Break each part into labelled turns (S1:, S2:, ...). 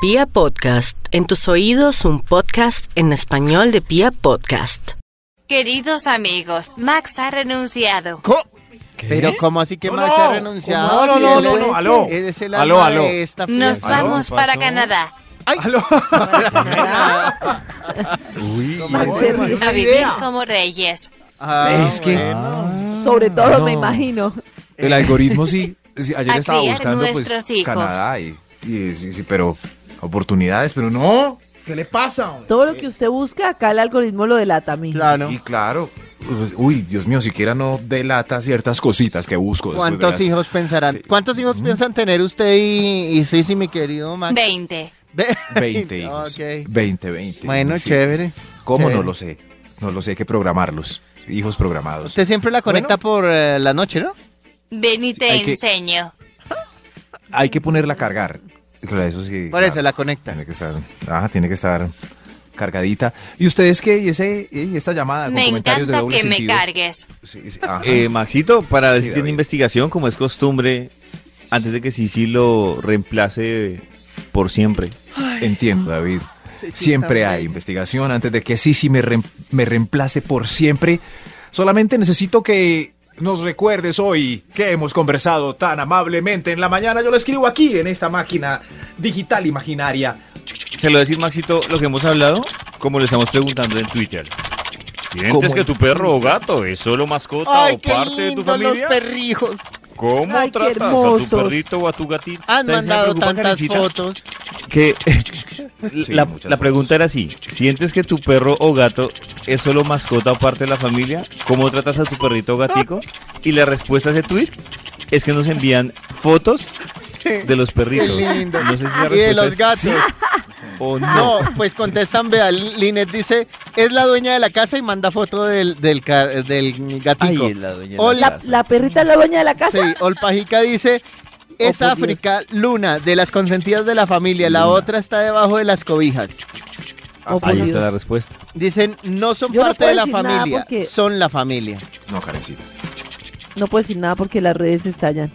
S1: Pia Podcast, en tus oídos un podcast en español de Pia Podcast.
S2: Queridos amigos, Max ha renunciado.
S3: Pero como así que
S4: No,
S3: Max
S4: no,
S3: ha renunciado?
S4: ¿cómo no,
S3: Sí,
S4: no,
S3: él
S4: no,
S3: es-
S4: no, aló.
S3: él es el
S4: Aló,
S3: alma
S4: aló.
S3: de esta
S2: Nos
S3: fiesta.
S2: vamos para Canadá
S4: Aló.
S5: Uy,
S2: a vivir como reyes.
S3: Ah,
S6: Es que-
S3: bueno.
S7: Sobre todo, me
S6: No.
S7: imagino.
S6: El algoritmo sí. sí, ayer
S2: A
S6: estaba
S2: criar
S6: buscando pues
S2: nuestros hijos.
S6: Canadá y, y- sí, sí, pero oportunidades, pero no.
S4: ¿Qué le pasa? hombre?
S7: Todo lo que usted busca, acá el algoritmo lo delata a mí.
S3: Claro.
S6: Y claro, pues, uy, Dios mío, siquiera no delata ciertas cositas que busco. después de
S3: ¿Cuántos
S6: las-
S3: hijos pensarán?
S6: Sí.
S3: ¿Cuántos hijos piensan tener usted y, y Sisi, mi querido Max?
S2: 20.
S3: Ve-
S6: 20 hijos.
S3: Ok.
S6: 20, 20.
S3: Bueno,
S6: sí.
S3: chévere.
S6: ¿Cómo
S3: Chévere.
S6: no lo sé? No lo sé, hay que programarlos. Hijos programados.
S3: Usted siempre la conecta por eh, la noche, ¿no?
S2: Ven y te
S6: Hay que-
S2: enseño.
S6: Hay que ponerla a cargar. Claro, Eso sí.
S3: Por eso
S6: claro.
S3: la conecta.
S6: Tiene que estar, ah, tiene que estar cargadita. ¿Y ustedes qué? ¿Y, ese, y esta llamada Ah, con
S2: Me
S6: comentarios de
S2: encanta
S6: doble
S2: que me
S6: sentido?
S2: cargues.
S6: Sí, sí, ajá.
S5: Eh, Maxito, para
S6: Sí,
S5: ver si tiene
S6: David.
S5: investigación, como es costumbre, antes de que Sisi lo reemplace por siempre.
S6: Entiendo, David. Siempre hay investigación antes de que Sisi me, reem- me reemplace por siempre. Solamente necesito que nos recuerdes hoy que hemos conversado tan amablemente en la mañana. Yo lo escribo aquí en esta máquina digital imaginaria.
S5: Se lo voy a decir, Maxito, lo que hemos hablado, como le estamos preguntando en Twitter.
S6: ¿Cómo?
S8: ¿Sientes que tu perro o gato es solo mascota
S3: Ay,
S8: o
S3: qué
S8: parte de tu
S3: lindos los
S8: familia?
S3: perrijos.
S8: ¿Cómo
S7: Ay, qué
S8: tratas a tu
S7: hermosos.
S8: perrito o a tu gatito?
S3: Han
S5: ¿Sabes? Me
S3: mandado
S5: preocupa,
S3: tantas
S5: Karencita,
S3: fotos.
S5: Que
S6: Sí,
S5: la,
S6: muchas
S5: la
S6: fotos.
S5: pregunta era así: ¿sientes que tu perro o gato es solo mascota o parte de la familia? ¿Cómo tratas a tu perrito o gatico? Y la respuesta a ese tweet es que nos envían fotos de los perritos.
S3: Qué lindo. Ah,
S5: No sé si la
S3: y de
S5: respuesta
S3: los
S5: es
S3: gatos.
S5: sí o no.
S7: Ah.
S3: No, pues contestan, vea, Linet dice, es la dueña de la casa y manda foto del, del, ca- del
S5: Ay,
S3: gatico.
S5: es la dueña de
S3: Hola,
S5: la
S7: La,
S5: casa.
S7: la perrita es la dueña de la
S3: Sí,
S7: casa.
S3: Olpajica dice, es
S7: Oh, por
S3: África, Luna, de las consentidas de la familia, la otra está debajo de las cobijas.
S7: Oh, por
S5: Ahí
S7: Dios.
S5: está la respuesta.
S3: Dicen, no son
S7: Yo no
S3: parte
S7: puedo
S3: de la
S7: decir nada
S3: familia,
S7: porque-
S3: son la familia.
S6: No, Karencita.
S7: No puedo decir nada porque las redes estallan.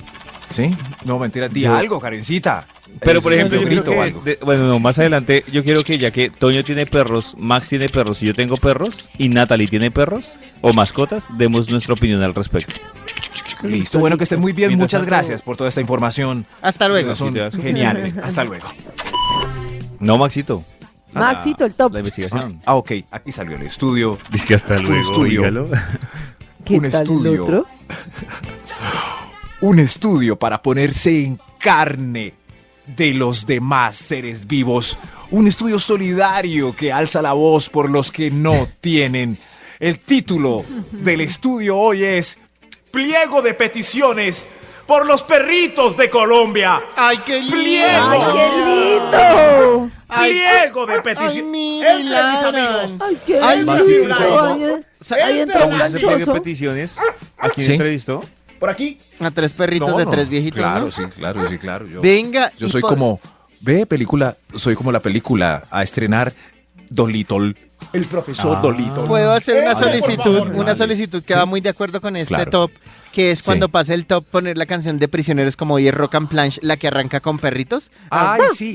S6: ¿Sí? No, mentira. Di
S5: Yo-
S6: algo, Karencita.
S5: Pero por
S6: Sí,
S5: ejemplo,
S6: un
S5: yo creo
S6: grito o
S5: que
S6: algo.
S5: de- bueno, no, más adelante yo quiero que ya que Toño tiene perros, Max tiene perros y yo tengo perros y Natalie tiene perros o mascotas, demos nuestra opinión al respecto.
S6: Listo. Bueno, que estén muy bien.
S5: Mientras
S6: Muchas
S5: tanto-
S6: gracias por toda esta información.
S3: Hasta luego.
S6: Son
S5: Sí, te das-
S6: geniales. Hasta luego.
S5: No, Maxito,
S7: Maxito, el top.
S5: la investigación.
S6: Ah, ok. Aquí salió el estudio.
S8: Dice que hasta
S6: luego, dígalo.
S7: ¿Qué
S6: un
S7: tal el
S6: estudio.
S7: otro?
S6: un estudio para ponerse en carne de los demás seres vivos. Un estudio solidario que alza la voz por los que no tienen. El título del estudio hoy es
S4: Pliego de peticiones por los perritos de Colombia.
S3: ¡Ay, qué
S4: Pliego.
S7: ¡Ay,
S3: lindo!
S7: qué lindo!
S4: Pliego de
S3: ¡Ay,
S4: peticiones.
S3: mire,
S4: Entre mis
S3: Laran.
S4: amigos.
S7: ¡Ay, qué
S3: Ay,
S7: lindo!
S4: Maxito.
S7: Ahí- Ahí entró un
S5: Vamos a hacer pliego de
S7: ganchoso.
S5: peticiones. ¿A quién
S6: Sí.
S5: entrevistó?
S4: Por aquí.
S3: A tres perritos
S6: No,
S3: de
S6: no,
S3: tres viejitos,
S6: Claro,
S3: ¿no?
S6: sí, claro, sí, claro. Yo,
S3: Venga.
S6: yo
S3: y
S6: soy
S3: po-
S6: como, ve película, soy como la película a estrenar Dolittle. El profesor
S5: Ah.
S6: Dolittle.
S3: Puedo hacer una
S4: Eh, por
S3: solicitud,
S4: favor.
S3: una solicitud que
S6: Sí.
S3: va muy de acuerdo con este
S6: Claro.
S3: top, que es cuando
S6: Sí.
S3: pase el top poner la canción de Prisioneros como hoy es Rock and Planche, la que arranca con perritos. Eh,
S6: Ay,
S7: Ah.
S6: sí.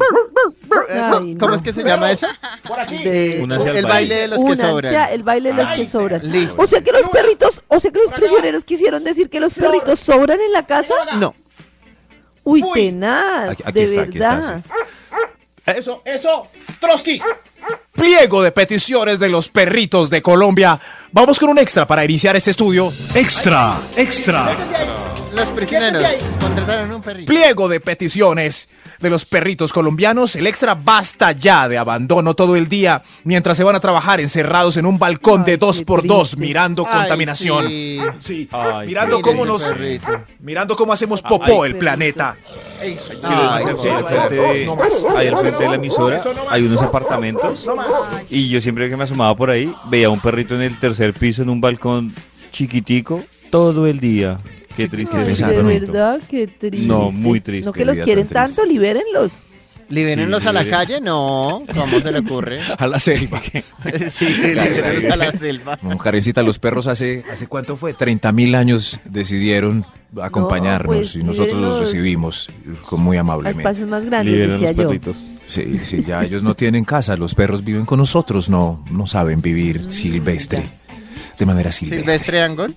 S7: Ay,
S3: Ah, ¿Cómo
S7: no.
S3: es que se llama esa?
S4: Por aquí.
S7: De-
S5: Una hacia el
S3: el baile
S5: baile.
S3: de los que
S7: Únanse a
S3: sobran.
S7: el baile de los
S4: Ay,
S7: que sobran.
S3: Listo.
S7: O sea que los perritos, o sea que los prisioneros quisieron decir que los perritos sobran en la casa.
S3: No.
S7: Uy,
S4: Uy.
S7: tenaz,
S6: Aquí- aquí
S7: de
S6: está, aquí está,
S7: verdad.
S4: Eso, eso. Trotsky.
S6: pliego de peticiones de los perritos de Colombia. Vamos con un extra para iniciar este estudio. Extra, extra.
S3: Los prisioneros contrataron un perrito.
S6: Pliego de peticiones de los perritos colombianos. El extra basta ya de abandono todo el día mientras se van a trabajar encerrados en un balcón
S7: Ay,
S6: de dos
S7: qué
S6: por dos
S7: triste.
S6: mirando
S3: Ay,
S6: contaminación.
S3: sí.
S6: Sí,
S5: Ay,
S6: mirando
S3: qué
S6: cómo
S3: lindo
S6: nos
S3: perrito.
S6: mirando cómo hacemos popó el planeta.
S3: Ay,
S5: Ahí al
S3: por
S5: frente de- ahí al frente de la emisora hay unos apartamentos y yo siempre que me asomaba por ahí veía un perrito en el tercer piso en un balcón chiquitico todo el día. Qué triste.
S7: Ay,
S5: ese
S7: de
S5: perrito.
S7: verdad, qué triste.
S5: No, muy triste,
S7: No que los
S6: vida
S7: quieren
S6: tan triste.
S7: tanto, libérenlos.
S3: Libérenlos
S5: Sí,
S3: a la
S5: liberen.
S3: calle, no. ¿Cómo se le ocurre?
S6: A la selva.
S3: Sí, libérenlos a la selva.
S6: No, Karencita, los perros hace, ¿hace cuánto fue? 30 mil años decidieron acompañarnos
S7: pues,
S6: y nosotros los
S7: mírenlos.
S6: recibimos eh, con muy
S7: A
S6: amablemente.
S7: espacios más grandes,
S5: Liberen
S7: decía
S5: los
S7: yo.
S5: perritos.
S6: Sí, sí, ya ellos no tienen casa, los perros viven con nosotros, no, no saben vivir silvestre. De manera silvestre.
S3: Silvestre Angol.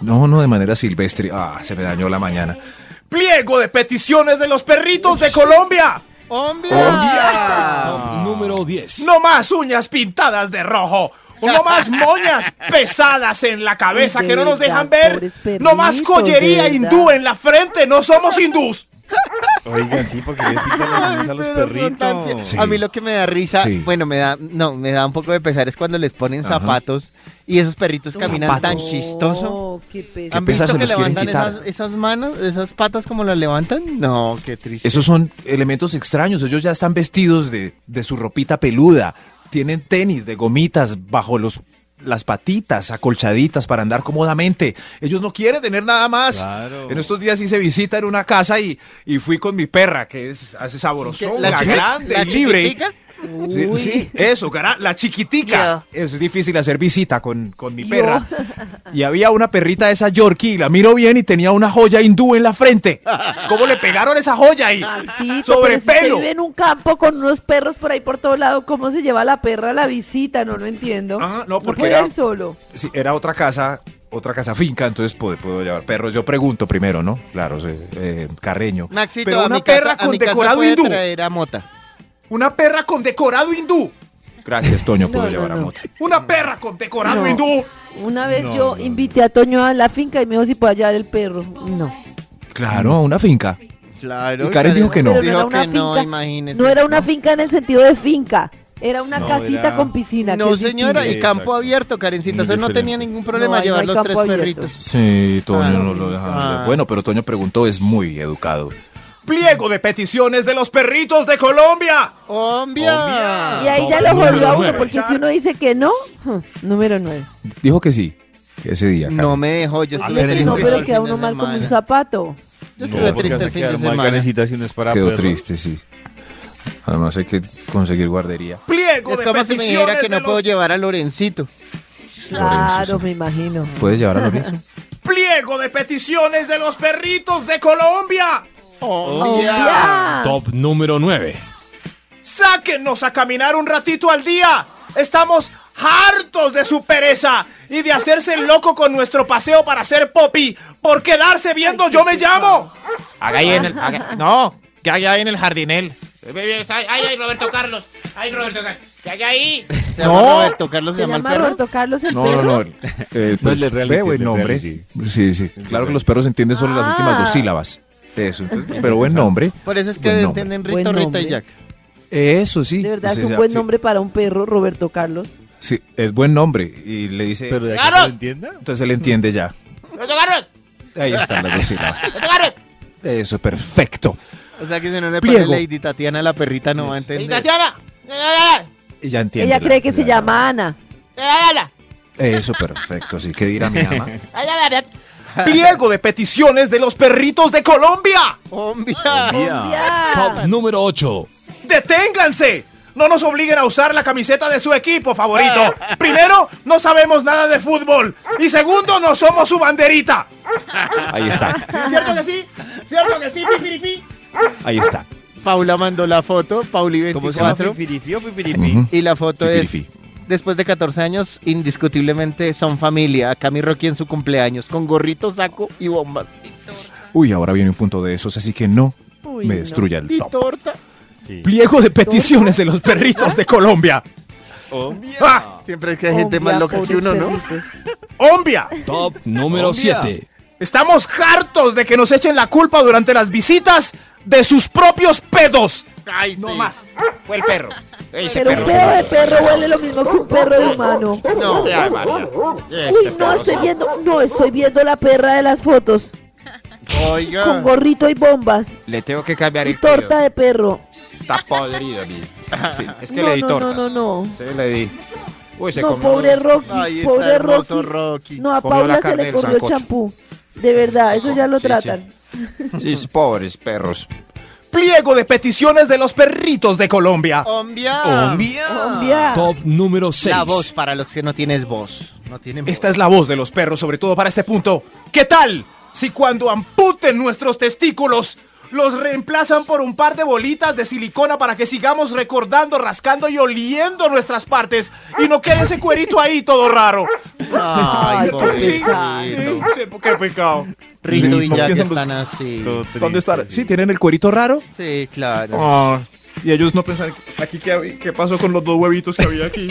S6: No, no, de manera silvestre. Ah, se me dañó la mañana.
S4: Pliego de peticiones de los perritos de Colombia.
S3: ¡Ombia!
S9: Número 10.
S4: Ah. No más uñas pintadas de rojo. No más moñas pesadas en la cabeza
S7: Uy, de
S4: que no nos
S7: verdad,
S4: dejan ver.
S7: pobres perritos,
S4: No más collería
S7: de
S4: hindú
S7: verdad.
S4: en la frente. No somos hindús.
S5: Oigan, sí, porque le pitan las uñas a los
S3: Pero son tan tiernos.
S5: perritos.
S6: Sí.
S3: A mí lo que me da risa,
S6: Sí.
S3: bueno, me da, no, me da un poco de pesar es cuando les ponen
S6: Ajá.
S3: zapatos y esos perritos caminan tan
S6: Zapatos.
S3: chistoso.
S7: No, qué pesar.
S3: ¿Han visto
S6: pesar se
S3: que
S6: los quieren
S3: levantan
S6: quitar.
S3: esas, esas manos, esas patas como las levantan? No, qué triste.
S6: Esos son elementos extraños, ellos ya están vestidos de, de su ropita peluda, tienen tenis de gomitas bajo los, las patitas, acolchaditas para andar cómodamente. Ellos no quieren tener nada más.
S5: Claro.
S6: En estos días hice visita en una casa y, y fui con mi perra, que es hace sabrosón,
S3: ¿La chiqui-
S6: grande
S3: la
S6: y libre.
S3: chiquitica?
S6: Sí, pues
S7: Uy.
S6: sí, eso, cara, la chiquitica. Es difícil hacer visita con, con mi perra. Y había una perrita de esa Yorkie, y la miro bien y tenía una joya hindú en la frente. ¿Cómo le pegaron esa joya ahí?
S7: Ah, Maxito,
S6: Sobre
S7: pero si usted
S6: pelo.
S7: vive en un campo con unos perros por ahí por todo lado, ¿cómo se lleva la perra a la visita? No lo entiendo.
S6: Ah, no, porque
S7: puede
S6: era-
S7: ir solo.
S6: Sí, era otra casa, otra casa finca, entonces puedo, puedo llevar perros. Yo pregunto primero, ¿no? Claro, sí, eh, carreño.
S3: Maxito,
S6: Pero
S3: a
S6: una
S3: mi casa-
S6: perra
S3: a mi
S6: con
S3: casa
S6: decorado
S3: puede
S6: hindú.
S3: traer a Mota.
S4: Una perra con decorado hindú.
S6: Gracias, Toño, puedo
S7: No,
S6: llevar
S7: no,
S6: a
S7: no.
S6: Mota.
S4: Una perra con decorado
S7: No.
S4: hindú.
S7: Una vez yo invité a Toño a la finca y me dijo si puedo hallar el perro. No.
S6: Claro, a una finca.
S3: Claro.
S6: Y Karen dijo que no.
S7: Pero no era
S3: Dijo
S7: una
S3: que
S7: finca.
S3: no, imagínese.
S7: No era una finca en el sentido de finca. Era una
S5: No,
S7: casita
S5: era-
S7: con piscina.
S3: No,
S7: que es
S3: señora,
S7: distinto.
S3: y
S5: distinto.
S3: campo abierto, Karencita.
S5: Muy
S3: Eso no
S5: diferente.
S3: tenía ningún problema
S7: No, ahí no
S3: llevar
S7: hay
S3: los
S7: campo
S3: tres
S7: abierto.
S3: perritos.
S6: Sí, Toño
S3: Ah,
S6: no lo
S3: ah.
S6: deja. Bueno, pero Toño preguntó, es muy educado.
S4: Pliego de peticiones de los perritos de Colombia.
S3: ¡Ombia!
S7: Y ahí ya lo
S9: Número
S7: jodió a uno,
S9: nueve.
S7: porque si uno dice que no, huh, número nueve.
S6: Dijo que sí, que ese día.
S3: No me dejó, yo
S5: Ah,
S3: estuve
S5: pero
S3: triste.
S7: No,
S5: que
S3: el
S7: pero
S3: fin
S7: queda
S3: de
S7: uno mal como un
S3: semana.
S7: zapato.
S3: Yo
S5: No,
S3: estuve
S5: porque
S3: triste
S5: hace
S3: el fin
S5: quedar
S3: de
S5: mal
S3: semana.
S5: Karencita si no es
S4: Ah,
S5: para
S6: Quedó
S4: pues,
S5: perros.
S6: triste, sí. Además hay que conseguir guardería.
S4: Pliego
S3: Es
S4: de
S3: como si me dijera
S4: peticiones
S3: que
S4: de
S3: no puedo
S4: los
S3: llevar a Lorencito.
S7: Claro, me imagino.
S6: ¿Puedes llevar a Lorenzo?
S4: pliego de peticiones de los perritos de Colombia.
S3: Oh,
S10: Ah.
S7: ¡Obvia!
S9: Top número 9.
S4: Sáquennos a caminar un ratito al día. Estamos hartos de su pereza y de hacerse el loco con nuestro paseo para hacer popi. Por quedarse viendo, yo me llamo.
S10: Haga ahí en el. haga- no, que haga ahí en el jardinel. Ay, ay, Roberto Carlos. Ay, Roberto Carlos. Que haga ahí.
S3: Se llama Roberto Carlos, se
S7: ¿Se
S3: llama el
S7: llama
S3: perro.
S7: Roberto Carlos el
S6: No,
S7: perro?
S6: no, no. Eh,
S5: No, el
S6: pues,
S5: de reality,
S6: ve, buen
S5: el de
S6: nombre.
S5: reality.
S6: Sí, sí. Claro que los perros entienden solo las últimas dos
S7: Ah.
S6: sílabas. Eso, entonces, pero buen nombre.
S3: Por eso es que
S6: Buen nombre.
S3: entienden
S7: Buen
S3: Rito, Rita
S7: nombre.
S3: y Jack.
S6: Eso sí.
S7: De verdad
S6: Sí,
S7: es un
S6: sí,
S7: buen
S6: sí.
S7: nombre para un perro, Roberto Carlos.
S6: Sí, es buen nombre. Y le dice. "Ah",
S5: Pero de aquí
S10: ¡Claro!
S5: no lo entienda.
S6: entonces él entiende ya.
S10: Roberto Carlos.
S6: Ahí están las dos sílabas.
S10: Roberto Carlos.
S6: Eso, perfecto.
S3: O sea que si no le pone
S6: Pliego.
S3: Lady Tatiana, la perrita no va
S10: Y
S3: a entender.
S10: Tatiana. Ay, ay,
S6: Y ya entiende.
S7: Ella
S6: la-
S7: cree que se
S6: la-
S7: llama Ana.
S10: ay, ay, ay,
S6: Eso, perfecto. Sí, ¿qué dirá mi ama?
S10: ay, ay, ay.
S4: Pliego de peticiones de los perritos de Colombia.
S3: ¡Ombia!
S6: Ah,
S9: Top número 8.
S4: ¡Deténganse! No nos obliguen a usar la camiseta de su equipo favorito. Primero, no sabemos nada de fútbol. Y segundo, no somos su banderita.
S6: Ahí está.
S4: ¿Cierto que sí? ¿Cierto que sí, pipiripi?
S6: Ahí está.
S3: Paula mandó la foto,
S5: ¿Cómo se llama?
S3: Pauli24.
S5: ¿Pipiripi o pipiripi?
S6: Ujú.
S3: Y la foto es,
S6: Fifirifi.
S3: después de 14 años, indiscutiblemente son familia. Acá mi Rocky en su cumpleaños, con gorrito, saco y bombas.
S6: Uy, ahora viene un punto de esos, así que no
S7: Uy,
S6: me
S7: no.
S6: destruya
S3: Y
S6: el top.
S3: torta.
S5: Sí.
S6: Pliego de peticiones de los perritos de Colombia.
S5: Oh,
S4: ¡Ah!
S3: Siempre que hay gente más
S7: Obvia,
S3: loca que
S7: pobres
S3: uno, ¿no?
S7: perritos.
S4: ¡Ombia!
S9: Top número 7.
S4: Estamos hartos de que nos echen la culpa durante las visitas de sus propios pedos.
S3: Ay, sí.
S4: Fue el perro.
S7: Pero un pedo de perro huele lo mismo que un perro de humano.
S3: No,
S6: Este
S7: Uy, no estoy viendo, no estoy viendo la perra de las fotos con
S6: Ah.
S3: oiga.
S7: gorrito y bombas
S10: Le tengo que cambiar
S7: y torta de perro.
S10: Está podrido, mi. es
S7: No, no, no, no, no.
S10: Sí, le di. Uy, se
S7: No, pobre Rocky,
S3: Ahí está
S7: pobre
S3: hermoso
S7: Rocky.
S3: Rocky.
S7: No, a
S10: Comió la
S7: Paula se
S10: carne
S7: le
S10: del
S7: corrió el
S10: sancocho.
S7: champú. De verdad, eso ya lo
S10: Sí, sí.
S7: tratan.
S10: Sí, pobres perros.
S4: Pliego de peticiones de los perritos de Colombia.
S3: Ombia. Ah.
S7: Colombia.
S9: Top número 6.
S3: La voz para los que no tienes voz. No tienen voz.
S4: Esta es la voz de los perros, sobre todo para este punto. ¿Qué tal si cuando amputen nuestros testículos los reemplazan por un par de bolitas de silicona para que sigamos recordando, rascando y oliendo nuestras partes y no quede ese cuerito ahí todo raro.
S3: Ay, pobrecito.
S4: Sí, qué pecado.
S3: Rito
S6: Sí,
S3: y Jack
S6: piensan-
S3: están así.
S5: Todo triste,
S6: ¿Dónde estar?
S5: sí.
S6: Sí, tienen el cuerito raro. Ah,
S3: Sí, claro.
S6: Oh. Y ellos no pensan aquí qué, pasó con los dos huevitos que había aquí.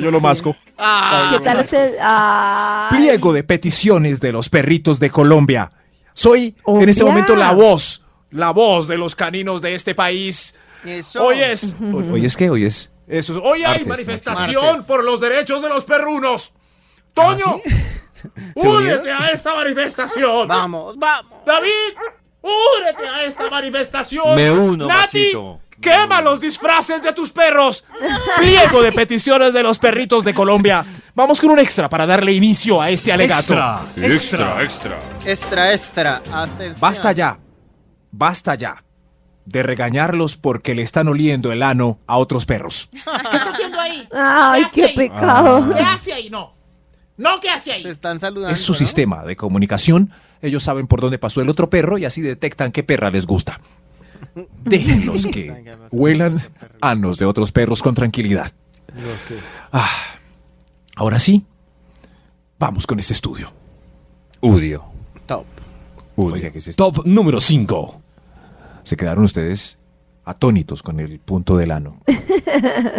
S6: yo lo masco.
S7: ¿Qué tal este? usted? Ah,
S6: Pliego de peticiones de los perritos de Colombia. Soy en este
S7: Obvia.
S6: momento la voz, la voz de los caninos de este país.
S3: Eso.
S4: Hoy es,
S6: Hoy es que hoy es.
S4: eso es- hoy hay
S6: Martes,
S4: manifestación
S3: martes.
S4: por los derechos de los perrunos. Toño,
S5: ¿Se
S4: únete
S5: unieron?
S4: a esta manifestación.
S3: Vamos, vamos.
S4: David, únete a esta manifestación.
S5: Me uno,
S4: Nati,
S5: Maxito.
S4: quema los disfraces de tus perros. Pliego de peticiones de los perritos de Colombia. Vamos con un extra para darle inicio a este alegato.
S8: Extra, extra.
S3: Extra, extra. Atención.
S6: Basta ya. Basta ya. De regañarlos porque le están oliendo el ano a otros perros.
S10: ¿Qué está haciendo ahí?
S7: Ay, qué pecado.
S6: Ah.
S10: ¿Qué hace ahí? No. No, ¿qué hace
S3: Se
S10: ahí?
S3: están saludando.
S6: Es su
S3: ¿no?
S6: sistema de comunicación. Ellos saben por dónde pasó el otro perro y así detectan qué perra les gusta. Déjenlos que huelan anos de otros perros con tranquilidad. Ah, ahora sí, vamos con este estudio.
S5: Udio.
S3: Top.
S6: Oiga, ¿qué es esto?
S9: Top número 5.
S6: Se quedaron ustedes atónitos con el punto del ano.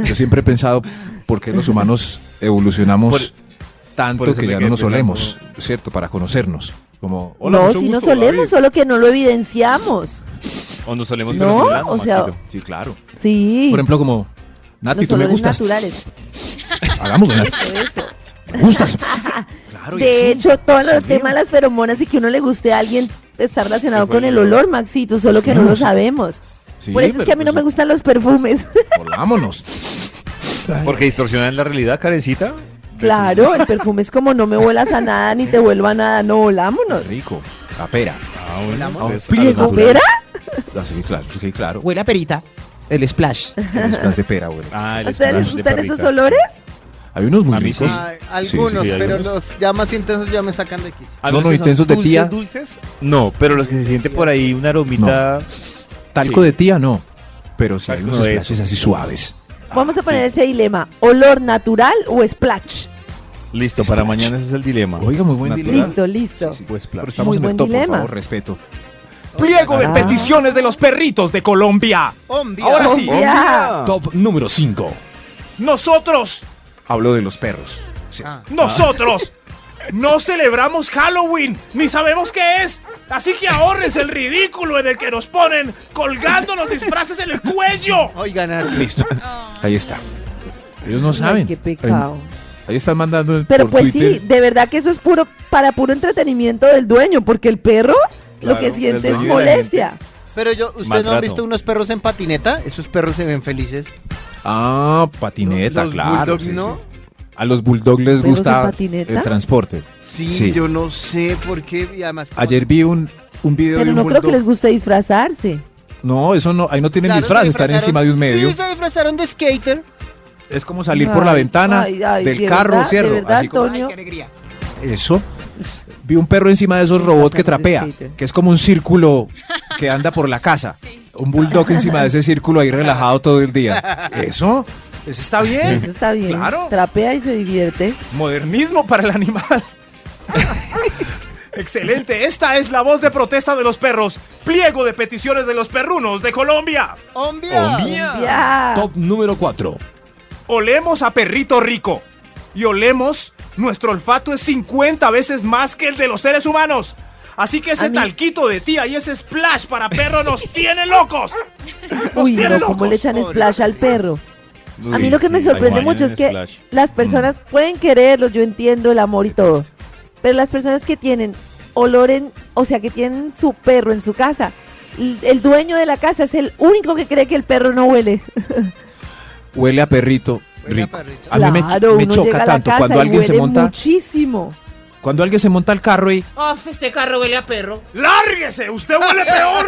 S6: Yo siempre he pensado por qué los humanos evolucionamos
S5: por
S6: tanto
S5: eso
S6: que
S5: me
S6: ya no
S5: quedé
S6: nos
S5: pensando.
S6: olemos, ¿cierto? Para conocernos. Como, hola,
S7: no,
S6: mucho
S7: si nos
S6: gusto, David.
S7: solemos, solo que no lo evidenciamos.
S5: O nos solemos
S6: Sí,
S5: pero
S7: ¿no?
S5: sin el ano,
S7: O sea,
S5: Maxito.
S6: Sí, claro.
S7: Sí.
S6: Por ejemplo, como, Nati,
S7: los
S6: tú me
S7: olores
S6: gustas.
S7: naturales.
S6: Hagámoslo, Nati.
S7: Eso, eso.
S6: Me gustas. Claro, y así.
S7: De hecho, todo el
S6: Salió.
S7: tema de las feromonas y que uno le guste a alguien está relacionado
S5: Sí, fue
S7: con el
S5: el olor.
S7: olor, Maxito, solo que no lo
S6: Vamos.
S7: sabemos.
S6: Sí,
S7: Por eso es
S6: pero
S7: que a mí no
S6: pues,
S7: me gustan los perfumes.
S6: Volámonos.
S5: Porque distorsionan la realidad, carecita.
S7: claro, el perfume es como no me vuelas a nada ni te vuelvo a nada, no volámonos.
S6: Rico. A pera. pues,
S5: Ah, bueno. entonces, a lo
S7: ¿Pliego
S5: natural.
S7: pera?
S6: Ah, sí, claro. Sí, claro.
S10: Huele a perita. El splash.
S6: Tienes plan de pera, güey.
S5: Ah, el
S7: ¿A ustedes les
S5: splash de
S7: gustan
S5: perrita.
S7: esos olores?
S6: Hay unos muy
S5: A mí
S6: ricos.
S5: sí.
S3: Ay, Ah, algunos,
S6: Sí, sí,
S5: sí,
S3: pero
S5: algunos.
S3: los ya más intensos ya me sacan de quicio.
S5: A
S6: Son
S5: menos que
S6: intensos de
S5: dulces,
S6: tía.
S5: dulces? No, pero los que se siente por ahí una aromita.
S6: Talco
S5: Sí.
S6: de tía, no. Pero sí, hay
S5: Talco
S6: unos
S5: de
S6: splashes así suaves.
S7: Vamos a poner ese dilema, olor natural o splash.
S5: Listo, para mañana ese es el dilema.
S6: Oiga, muy buen
S5: Natural.
S6: dilema.
S7: Listo, listo.
S5: Sí, pues,
S6: Pero
S5: claro.
S6: estamos
S7: Muy
S6: en
S7: buen
S6: el top, por
S7: dilema.
S6: favor, respeto.
S4: Pliego de
S7: Ah.
S4: peticiones de los perritos de Colombia.
S3: Bombia.
S4: Ahora sí,
S6: Oh,
S7: Ya.
S9: Top número 5.
S4: nosotros,
S6: Hablo de los perros.
S3: Ah.
S4: nosotros, no celebramos Halloween, ni sabemos qué es. Así que ahorres el ridículo en el que nos ponen colgando los disfraces en el cuello.
S3: Oigan, Nati.
S6: Listo. Ahí está. Ellos no
S7: Ay,
S6: saben.
S7: qué pecado.
S6: Ahí están mandando el-
S7: Pero
S6: por
S7: pues
S6: Twitter.
S7: sí, de verdad que eso es puro para puro entretenimiento del dueño, porque el perro lo que
S5: Claro,
S7: siente
S5: del
S7: es
S5: dueño y la
S7: molestia.
S3: Pero yo, ¿ustedes no
S5: Maltrato.
S3: han visto unos perros en patineta? Esos perros se ven felices.
S6: Ah, patineta,
S3: Los
S6: claro.
S3: bulldogs,
S6: sí,
S3: ¿no?
S6: sí. A los bulldogs les
S7: ¿Perros en
S6: gusta
S7: patineta?
S6: el transporte.
S3: Sí,
S6: Sí.
S3: yo no sé por qué. Y además, como-
S6: Ayer vi un, un video de
S7: Pero
S6: un
S7: no creo que
S6: bulldog.
S7: les guste disfrazarse.
S6: No, eso no, ahí no tienen
S3: Claro, se
S6: disfraz, están
S3: disfrazaron-
S6: encima de un medio.
S3: Sí, se disfrazaron de skater.
S6: Es como salir por la
S7: Ay,
S6: ventana
S7: ay, ay,
S6: del
S7: de
S6: carro,
S7: verdad,
S6: cierro.
S7: De verdad,
S6: así como-
S7: Toño.
S6: eso. Vi un perro encima de esos
S7: Sí,
S6: robots que
S7: pasaron de
S6: trapea,
S7: skater.
S6: que es como un círculo que anda por la casa. Un bulldog encima de ese círculo ahí relajado todo el día. Eso, eso está bien.
S7: Eso está bien.
S6: Claro.
S7: Trapea y se divierte.
S4: Modernismo para el animal. Excelente, esta es la voz de protesta de los perros. Pliego de peticiones de los perrunos de Colombia.
S3: ¡Ombia!
S6: Ah,
S7: Ya.
S9: Top número 4.
S4: Olemos a perrito rico. Y olemos, nuestro olfato es 50 veces más que el de los seres humanos. Así que ese
S7: A mí-
S4: talquito de tía y ese splash para perro nos tiene locos. Nos
S7: Uy,
S4: tiene
S7: no, cómo
S4: locos.
S7: le echan splash al perro. A
S5: Sí,
S7: mí lo que
S5: sí,
S7: me
S5: hay
S7: sorprende
S5: bañan
S7: mucho
S5: en
S7: es que
S5: splash.
S7: las personas
S6: Mm.
S7: pueden quererlo, yo entiendo el amor y todo. Pero las personas que tienen olor en, o sea, que tienen su perro en su casa, l- el dueño de la casa es el único que cree que el perro no huele.
S6: Huele a perrito
S3: Huele a
S6: rico.
S3: perrito.
S6: A mí me-
S7: claro,
S6: me,
S7: uno llega a
S6: choca
S7: la
S6: tanto
S7: casa
S6: cuando
S7: y
S6: alguien se
S7: huele
S6: monta,
S7: muchísimo.
S6: cuando alguien se monta al carro y
S10: Uf, este carro huele a perro.
S4: ¡Lárguese! ¡Usted huele peor!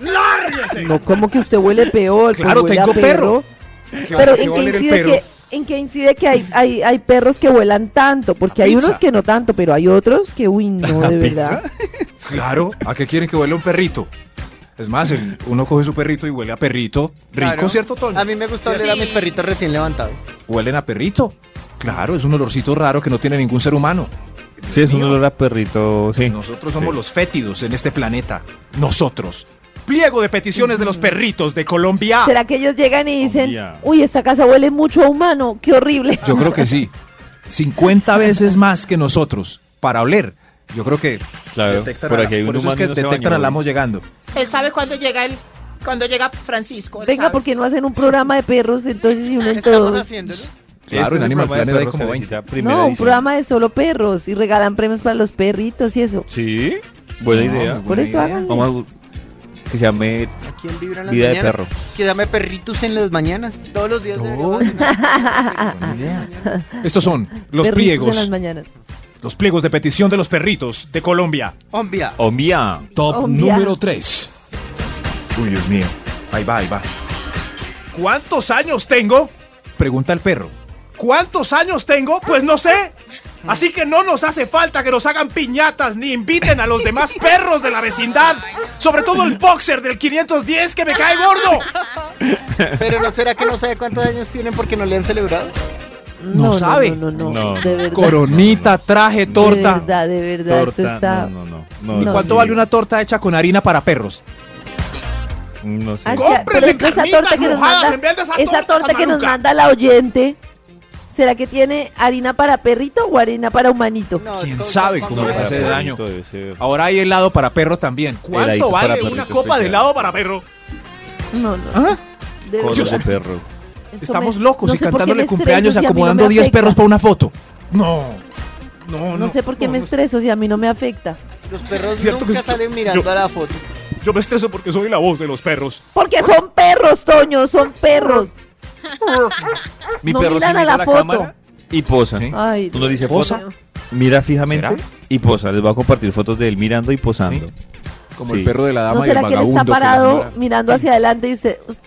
S4: ¡Lárguese!
S7: No, como que usted huele peor.
S6: Claro,
S7: huele a
S6: tengo perro.
S7: Pero
S6: ¿Qué
S7: ¿en
S6: va
S7: qué,
S6: a oler el
S7: incide
S6: perro?
S7: que, ¿en qué incide que hay, hay, hay perros que vuelan tanto? Porque hay
S6: pizza.
S7: unos que no tanto, pero hay otros que, uy, no, de verdad.
S6: Claro, ¿a qué quieren que huele un perrito? Es más, el- uno coge su perrito y huele a perrito. Rico,
S3: Claro.
S6: ¿cierto, Toño?
S3: A mí me gusta oler a mis perritos recién levantados.
S6: Huelen a perrito. Claro, es un olorcito raro que no tiene ningún ser humano.
S5: Sí, es un olor a perrito, sí.
S6: Nosotros somos
S5: Sí.
S6: los fétidos en este planeta. Nosotros. Pliego de peticiones de los perritos de Colombia.
S7: ¿Será que ellos llegan y dicen,
S5: Obvia.
S7: uy, esta casa huele mucho a humano, qué horrible?
S6: Yo creo que sí. 50 veces más que nosotros para oler. Yo creo que
S5: Claro,
S6: detectan
S5: por
S6: a la-
S5: aquí hay un
S6: por eso es
S5: humano
S6: que
S5: y no se
S6: detectan
S5: bañó,
S6: al amo llegando.
S11: Él sabe cuándo llega él, cuando llega Francisco. él
S7: Venga,
S11: sabe.
S7: porque no hacen un programa de perros, entonces si unen
S3: Estamos
S7: todos.
S3: haciéndolo.
S6: Claro, en
S5: el
S6: Animal
S5: programa de
S6: Planet hay
S5: perros
S6: como
S5: que
S6: 20.
S5: necesita primera
S7: No, un
S5: edición.
S7: programa de solo perros y regalan premios para los perritos y eso.
S5: Sí, buena
S6: No,
S5: idea.
S6: muy
S7: Por
S6: buena
S7: eso
S6: idea.
S7: hagan.
S5: Vamos a bu- que se llame
S3: Aquí en Vibra en las
S5: Vida de
S3: mañanas.
S5: perro.
S3: Que dame perritos en las mañanas. Todos los días.
S6: Oh.
S3: deberíamos
S6: Buena idea. Estos son los
S7: Ah, Perritos En las
S6: pliegos.
S7: mañanas.
S6: Los pliegos de petición de los perritos de Colombia.
S3: Ombia.
S5: Omia.
S9: Top
S7: Obvia.
S9: número 3.
S6: Uy, Dios mío. Ahí va, ahí va.
S4: ¿Cuántos años tengo?
S6: Pregunta al perro.
S4: ¿Cuántos años tengo? Pues no sé. Así que no nos hace falta que nos hagan piñatas ni inviten a los demás perros de la vecindad. Sobre todo el boxer del 510 que me cae gordo.
S3: Pero no será que no sabe cuántos años tienen porque no le han celebrado.
S7: No,
S6: sabe.
S7: No, no, no,
S5: No.
S7: De verdad.
S6: Coronita, traje,
S7: De
S6: torta.
S7: verdad, de verdad. esto
S5: Torta.
S7: Este está.
S5: No, no, no.
S7: ¿Y
S5: no,
S6: ¿Cuánto
S5: sí.
S6: vale una torta hecha con harina para perros?
S5: No sé.
S7: Así,
S4: Cómprenle
S7: Ah, por ejemplo, esa
S4: carnitas
S7: torta que nos
S4: mojadas
S7: manda,
S4: en vez de esa
S7: esa
S4: torta
S7: torta que nos
S4: maluca.
S7: manda la oyente, ¿será que tiene harina para perrito o harina para humanito?
S3: No,
S6: ¿Quién
S3: esto-
S6: sabe
S3: cuando-
S6: cómo les hace
S5: Para
S6: daño?
S5: perrito debe ser.
S6: Ahora hay helado para perro también.
S5: Heladito
S4: ¿Cuánto
S5: para
S4: vale
S5: perrito
S4: una copa de
S5: especial.
S4: helado para perro?
S7: No, no.
S6: ¿Ah?
S7: de
S5: Coros de
S7: verdad.
S5: perro.
S7: Esto
S6: Estamos
S7: me-
S6: locos
S7: Pues, no
S6: y
S7: sé por qué
S6: cantándole
S7: me
S6: cumpleaños y
S7: estreso si a mí no
S6: acomodando
S7: me
S6: 10
S7: afecta.
S6: perros para una foto. No.
S7: No, sé por qué me estreso si a mí no me afecta.
S3: Los perros
S6: Cierto que
S3: nunca
S6: esto-
S3: salen mirando
S6: yo-
S3: a la foto.
S6: Yo me estreso porque soy la voz de los perros.
S7: Porque son perros, Toño, son perros.
S5: Mi
S7: No
S5: perro se
S7: miran a
S5: mira
S7: la
S5: a la
S7: foto.
S5: cámara y posa.
S6: Sí.
S7: Ay,
S5: Uno dice
S6: ¿Posa?
S5: foto, mira fijamente
S6: ¿Será?
S5: y posa. Les voy a compartir fotos de él mirando y posando.
S6: Como
S5: Sí.
S6: el perro de la dama
S7: ¿No
S6: y el
S7: será que él
S6: vagabundo.
S7: está
S6: que la
S7: parado
S6: señora-
S7: mirando hacia adelante y usted, usted-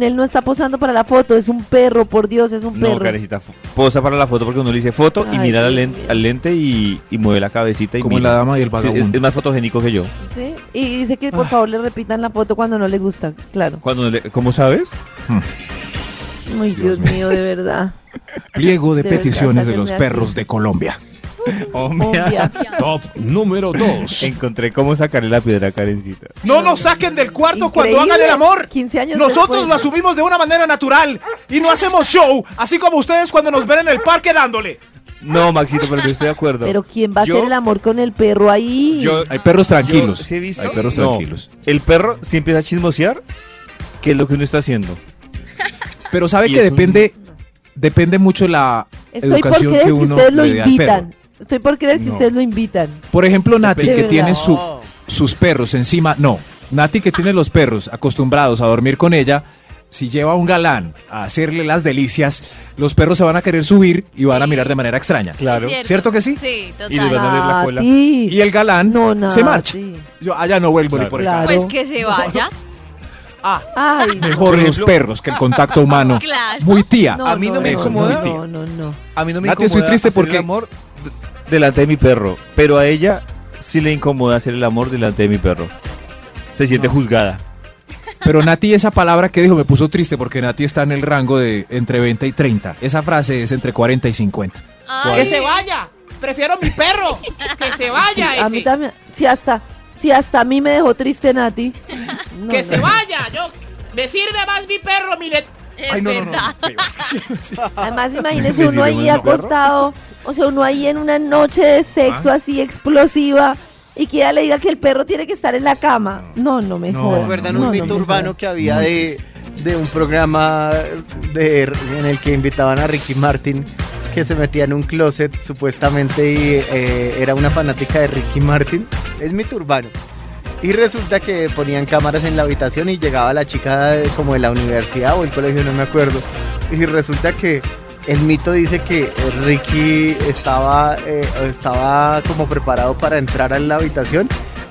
S7: él no está posando para la foto, es un perro, por Dios, es un
S5: No,
S7: perro.
S5: carecita, fo- posa para la foto porque uno le dice foto
S7: Ay,
S5: y mira la
S7: Dios
S5: len-
S7: mío.
S5: al lente y, y mueve la cabecita y
S6: Como
S5: mira.
S6: la dama y el
S5: Sí, es,
S6: vagabundo.
S5: es más fotogénico que yo.
S7: ¿Sí? Y dice que por favor le repitan la foto cuando no le gusta, claro.
S5: Cuando le- ¿Cómo sabes?
S7: Ay, Dios, mío, de verdad.
S6: Pliego de
S7: De verdad,
S6: peticiones de los
S7: sáquenme aquí.
S6: perros de Colombia.
S5: Oh, mira.
S7: Obvia.
S9: Top número 2.
S5: Encontré cómo sacarle la piedra a Karencita.
S4: No nos saquen del cuarto cuando
S7: Increíble.
S4: hagan el amor.
S7: 15 años
S4: Nosotros
S7: después.
S4: lo asumimos de una manera natural y no hacemos show, así como ustedes cuando nos ven en el parque dándole.
S5: No, Maxito, pero yo estoy de acuerdo.
S7: Pero ¿quién va a
S5: Yo-
S7: hacer el amor con el perro ahí?
S5: yo,
S6: Hay perros tranquilos.
S5: Yo sí he visto-
S6: Hay perros
S5: No.
S6: tranquilos.
S5: El perro si empieza a chismosear, ¿qué es lo que uno está haciendo?
S6: Pero sabe
S5: Y
S6: que
S5: es un-
S6: depende, depende mucho la
S7: Estoy por
S6: educación
S7: creer
S6: que
S7: que,
S6: uno
S7: ustedes lo
S6: le dé al
S7: invitan.
S6: perro.
S7: Estoy por creer que
S6: No.
S7: ustedes lo invitan.
S6: Por ejemplo, Nati,
S7: De
S6: que
S7: verdad.
S6: tiene su,
S3: Oh.
S6: sus perros encima. No, Nati, que tiene los perros acostumbrados a dormir con ella. Si lleva a un galán a hacerle las delicias, los perros se van a querer subir y van a
S2: Sí.
S6: mirar de manera extraña.
S5: Claro.
S2: Es
S6: ¿Cierto que sí?
S2: Sí,
S5: Y le
S2: total.
S5: van a leer la cola.
S7: Ah, Nati.
S6: Y el galán
S7: No, nada.
S6: se marcha.
S7: sí.
S6: Yo allá no vuelvo ni
S5: Claro.
S6: por
S7: Claro.
S2: Pues que se vaya.
S7: Ay,
S6: el carro. Mejor los perros que el contacto humano.
S2: Claro.
S6: Muy tía. Ah,
S7: no,
S5: a mí no me incomoda.
S6: muy tía.
S7: No, no, no.
S5: A mí no me
S6: Nati,
S5: incomoda
S6: estoy triste
S5: hacer
S6: porque-
S5: el amor d- delante de mi perro, pero a ella sí le incomoda hacer el amor delante de mi perro. Se siente juzgada.
S6: Pero Nati, esa palabra que dijo me puso triste porque Nati está en el rango de entre 20 y 30. Esa frase es entre 40 y 50.
S2: Ay.
S11: Que se vaya. Prefiero mi perro. Que se
S4: Ah,
S11: vaya.
S7: Sí,
S11: ese.
S7: a mí también. Si hasta, si hasta a mí me dejó triste Nati. No,
S11: que
S7: no,
S11: se
S7: no.
S11: vaya. Yo, me sirve más mi perro, mire.
S2: Es
S6: Ay, no, no, no.
S2: verdad.
S7: Además,
S5: Sí, sí,
S7: imagínese uno ahí
S5: bueno, perro.
S7: acostado, o sea, uno ahí en una noche de sexo
S6: Ah.
S7: así explosiva y que ella le diga que el perro tiene que estar en la cama. No, no me
S6: No,
S7: jodas.
S6: no,
S3: ¿Recuerdan
S7: no,
S3: un
S7: no
S3: mito
S7: me
S3: urbano
S7: jodas.
S3: que había
S6: Muy
S3: de, de un programa de, en el que invitaban a Ricky Martin que se metía en un closet supuestamente y eh, era una fanática de Ricky Martin? Es mito urbano. Y resulta que ponían cámaras en la habitación y llegaba la chica de- como de la universidad o el colegio, no me acuerdo. Y resulta que el mito dice que eh, Ricky estaba, eh, estaba como preparado para entrar a la habitación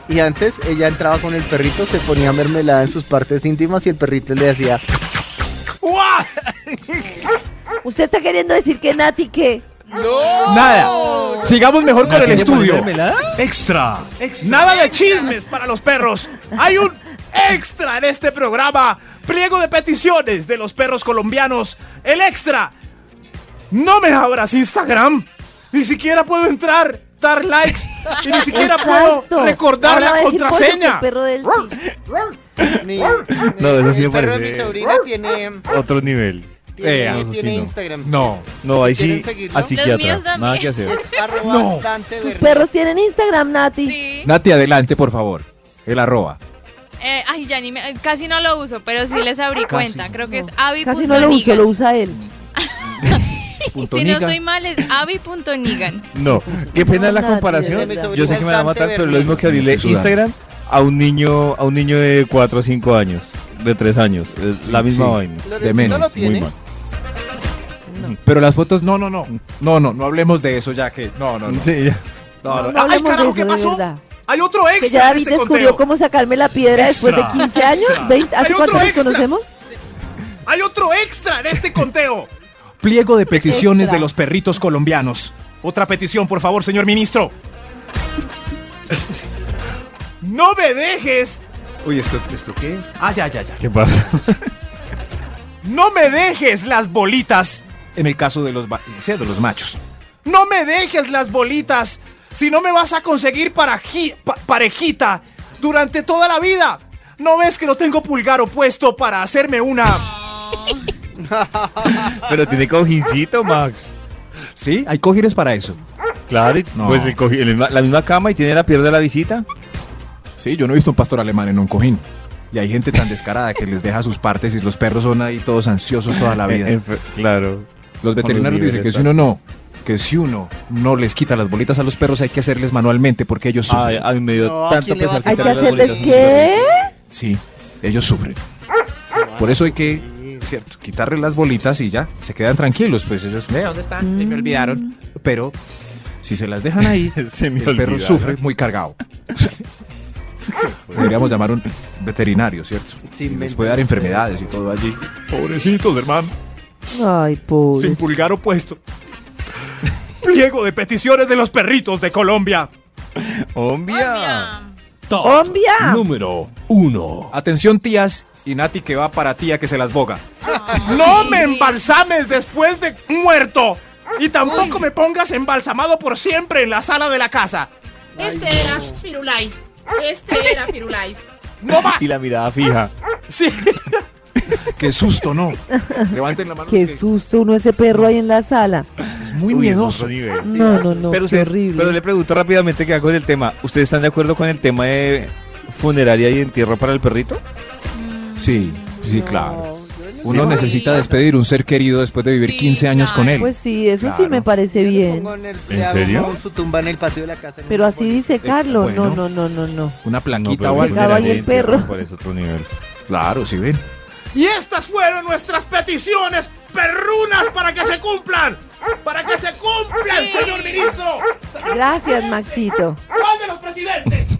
S3: y antes ella entraba con el perrito, se ponía mermelada en sus partes íntimas y el perrito le hacía.
S7: Usted está queriendo decir que Nati que
S6: Nada. Sigamos mejor con
S5: ¿No
S6: el
S5: quiere poner
S6: estudio.
S5: mermelada?
S6: Extra.
S4: Nada de chismes para los perros. Hay un extra en este programa. Pliego de peticiones de los perros colombianos. El extra. No me abras Instagram. Ni siquiera puedo entrar, dar likes. Y ni siquiera puedo
S7: Exacto.
S4: recordar
S7: Ahora va
S4: la
S7: a decir, "Pollo, que
S4: contraseña.
S7: El perro del sí.
S3: Mi,
S5: No, eso sí
S3: el
S5: me
S3: perro de mi
S5: parece
S3: sobrina tiene,
S5: otro nivel.
S3: tiene,
S6: Eh,
S5: eso sí,
S3: tiene
S5: no.
S3: Instagram.
S6: No.
S5: No,
S3: Si
S5: ahí sí,
S3: quieren seguirlo.
S5: al
S3: Los
S5: psiquiatra.
S2: míos
S5: Nada
S2: también.
S5: que hacer.
S3: Es arroba
S6: No.
S3: Dante
S7: Sus
S3: Berrío.
S7: perros tienen Instagram, Nati.
S2: Sí.
S6: Nati, adelante, por favor. El arroba.
S2: Eh, ay, ya ni me- casi no lo uso, pero sí les abrí cuenta. Creo que es avi.
S7: Casi no lo uso, lo usa él.
S6: Punto
S2: Si no
S6: Niga.
S2: estoy mal, es avi.nigan.
S5: No, qué pena
S7: No,
S5: la
S7: nadie,
S5: comparación.
S3: de mi
S5: Yo sé
S3: sobrina
S5: que me van a matar,
S3: Dante
S5: pero lo mismo que
S6: Bermúdez.
S5: abrirle
S6: Estoy sudando.
S5: Instagram a un niño, a un niño de 4 o 5 años, de 3 años, es la
S6: Sí,
S5: misma
S6: sí.
S5: vaina.
S3: Lorenzo,
S6: de meses.
S3: ¿No lo tiene?
S5: Muy mal.
S6: Pero las fotos, no, no, no. No, no, no hablemos de eso ya que. No, no, no.
S5: Sí, ya.
S6: No, no.
S7: No
S4: Ay,
S7: hablemos
S4: carajo,
S7: de eso,
S4: ¿qué pasó?
S7: de verdad.
S4: Hay otro extra
S7: Que ya
S4: en
S7: David
S4: este
S7: descubrió
S4: conteo.
S7: cómo sacarme la piedra después de 15 años. 20,
S4: Hay
S7: ¿Hace
S4: otro
S7: cuánto nos
S4: extra.
S7: conocemos?
S4: Hay otro extra en este conteo.
S6: Pliego de peticiones
S7: Extra.
S6: de los perritos colombianos. Otra petición, por favor, señor ministro.
S4: No me dejes.
S6: Uy, ¿esto, esto qué es? Ah, ya, ya, ya.
S5: ¿Qué pasa?
S4: No me dejes las bolitas.
S6: En el caso de los, va- sí, de los machos.
S4: No me dejes las bolitas. Si no me vas a conseguir paraji- pa- parejita durante toda la vida. ¿No ves que no tengo pulgar opuesto para hacerme una?
S5: Pero tiene cojincito, Max.
S6: ¿Sí? Hay cogires para eso.
S5: Claro, y
S6: No.
S5: pues el coji- el misma- la misma cama y tiene la piedra de la visita.
S6: Sí, yo no he visto un pastor alemán en un cojín. Y hay gente tan descarada que les deja sus partes y los perros son ahí todos ansiosos toda la vida.
S5: Enfer- claro.
S6: Los veterinarios dicen que si uno no, que si uno no les quita las bolitas a los perros hay que hacerles manualmente porque ellos
S5: Ay,
S6: sufren.
S5: a mí me dio
S3: No, ¿a
S5: tanto
S3: quién le
S5: pesar
S3: vas a
S7: Hay que
S5: tener las
S7: hacerles
S5: bolitas
S7: qué.
S6: Sí, ellos sufren. Por eso hay que, cierto, quitarle las bolitas y ya, se quedan tranquilos, pues ellos,
S10: Ve, ¿dónde están? Se me olvidaron.
S6: pero si se las dejan ahí,
S5: Se me
S6: el perro
S5: olvidaron.
S6: sufre muy cargado. O sea, Podríamos llamar un veterinario, ¿cierto?
S3: Sí,
S6: Y les
S3: inventa.
S6: puede dar enfermedades y todo allí.
S9: Pobrecitos, hermano.
S7: Ay, pues, pobre.
S4: Sin pulgar opuesto. Pliego de peticiones de los perritos de Colombia.
S5: Obvia.
S9: Top
S7: Obvia.
S9: número uno.
S6: Atención, tías, y Nati que va para tía que se las boga.
S4: No me embalsames después Pues de muerto. Y tampoco me pongas embalsamado por siempre en la sala de la casa.
S11: Este era Firulais. Este era Firulais.
S4: No más.
S5: Y la mirada fija.
S4: Sí.
S6: ¡Qué susto, no! Levanten la mano.
S7: Qué
S6: que
S7: susto uno ese perro ahí en la sala.
S6: es muy
S5: Uy, es
S6: miedoso.
S5: otro nivel.
S7: No, no,
S5: pero,
S7: no, qué
S5: ustedes-
S7: horrible.
S5: pero le pregunto rápidamente que hago del tema. ¿Ustedes están de acuerdo con el tema de funeraria y entierro para el perrito?
S6: Sí, sí, claro. Uno
S2: Sí.
S6: necesita despedir un ser querido después de vivir
S2: Sí,
S6: 15 años con
S2: claro.
S6: él.
S7: Pues sí, eso sí
S6: Claro.
S7: me parece
S3: Yo le
S7: bien.
S3: pongo en el-
S8: ¿En
S3: le hago
S8: serio?
S3: como su tumba en el patio de la casa. en
S7: Pero
S3: un
S7: así
S3: arbolito.
S7: dice Carlos.
S6: bueno.
S7: No, no, no, no, no.
S6: Una planquita
S7: pero
S6: o
S7: sí.
S6: algo.
S7: Cagaba ahí el perro.
S5: Parece otro nivel.
S6: Claro, sí ven.
S4: Y estas fueron nuestras peticiones perrunas para que se cumplan. Para que se cumplan,
S2: Sí.
S4: señor ministro.
S7: Gracias, Maxito.
S4: ¿Cuál de los presidentes?